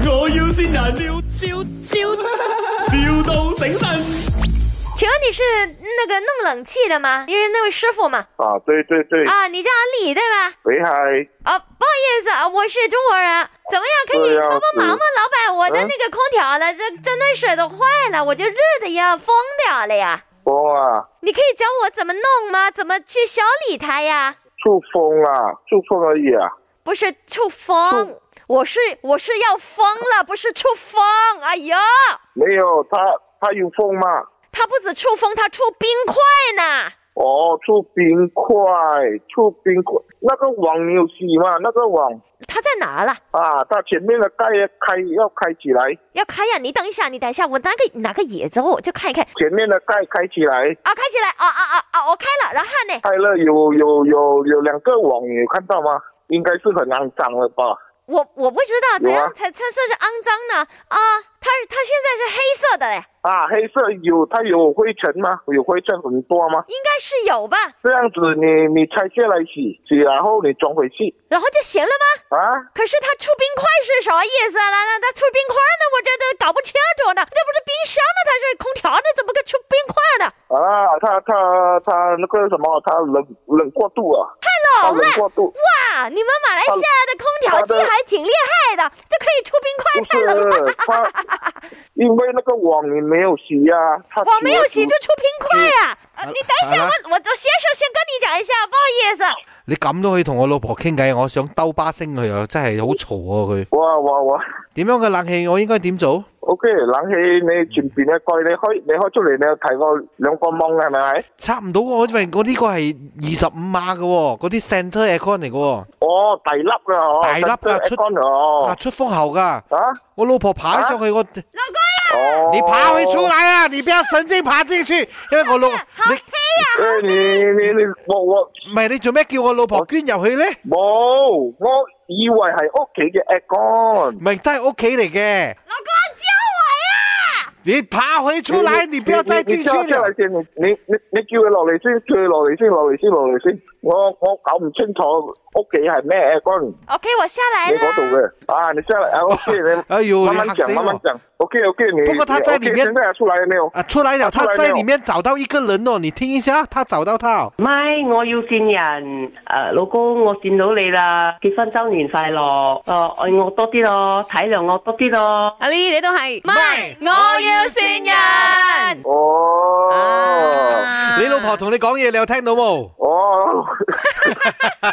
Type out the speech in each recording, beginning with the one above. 先啊，笑笑笑，,笑到醒神。请问你是那个弄冷气的吗？因为那位师傅嘛。啊，对对对，啊，你叫阿李对吧？喂嗨，啊，不好意思啊，我是中国人，怎么样？可以对呀帮帮忙吗，老板？我的嗯那个空调呢，这这那水都坏了，我就热的要疯掉了呀。风啊，你可以教我怎么弄吗？怎么去修理它呀？触风啊，触风而已啊。不是触风，我是我是要疯了，不是触风。哎呀，没有，它它有风吗？它不止触风，它触冰块呢。哦，触冰块，触冰块，那个网你有洗吗？那个网它在哪儿了？啊，它前面的盖要开要开起来，要开呀！你等一下，你等一下，我拿个拿个椅子，我就看一看。前面的盖开起来，啊，开起来！啊啊啊啊！我开了，然后呢？开了有有有有两个网，你有看到吗？应该是很肮脏了吧？我我不知道有啊怎样才才算是肮脏呢？啊，它它现在是黑色的嘞，啊，黑色有它有灰尘吗？有灰尘很多吗？应该是有吧？这样子你你拆下来洗洗，然后你装回去然后就行了吗？啊？可是它出冰块是啥意思啊？那那那出冰块呢？我这这搞不清楚呢。这不是冰箱呢，它是空调呢，怎么个出冰块呢？啊，它它它那个什么，它冷冷过度啊，太它冷冷了！过度哇，你们马来西亚的空调它的机还挺厉害的，这可以出冰不块，太冷了。是它，因为那个网你没有洗呀、啊，它我没有洗除就出冰块呀、啊！你等一下，好我了我我先生先跟你讲一下，不好意思。你咁都可以同我老婆傾偈，我想兜巴星佢又真係好嘈啊！佢哇哇哇點樣嘅冷氣我應該點做？ ，OK，冷氣你前邊嘅蓋你開你開出嚟，你有睇過兩個芒係咪？拆唔到我，因為我呢個係二十五碼嘅喎，嗰啲 center aircon 嚟嘅喎，哦，大粒㗎哦，大粒㗎出干哦啊，出風喉㗎。啊，我老婆爬上去，我你啊哦，爬回出來啊！你不要神經爬進去，因為我哎老誒，你你你你我我唔係你做咩叫我老哦婆捐入去呢？冇，我以為係屋企嘅 aircon。唔係都係屋企嚟嘅，老公教我呀！你爬回出來，你不要再你你進去跳出了嚟。先，你你你你叫佢落嚟先，叫佢落嚟先，落嚟先，落嚟先。我我搞唔清楚屋企係咩 aircon， OK，我下来你了。嗰度嘅。啊，你下嚟啊，OK，你 à, 哎呦，慢慢你嚇講，死慢慢我！講。OK OK，你不過他在裡面你 OK，現在出來了沒有？啊，出來了，出來他了在裡面找到一個人哦，你聽一下，他找到他哦。咪，我要見人。誒、老公，我見到你啦，結婚周年快樂。誒、哦愛我多啲咯，體諒我多啲咯。阿 Lee，你都係，咪我要善人。啊哦 À. 你老婆同你講嘢，你有聽到冇？哦，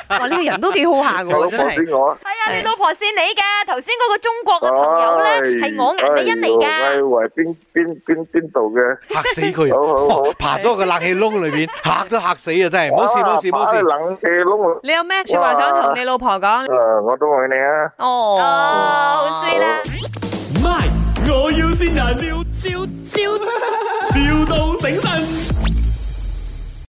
哇，呢個人都幾好下嘅我老喎，婆真係。先我。系啊，你老婆先你嘅。頭先嗰個中國嘅朋友咧，係我顏美欣嚟哎㗎。呦喂，邊邊邊邊度嘅？嚇死佢！啊好好好哇爬咗個冷氣窿裏邊，嚇都嚇死啊！真係，冇事冇事冇啊事。冷氣窿。你有咩说話想同你老婆講？誒，我都愛你啊！哦，哦，好衰啦。 My，我要先啊，笑笑笑，,笑到醒神。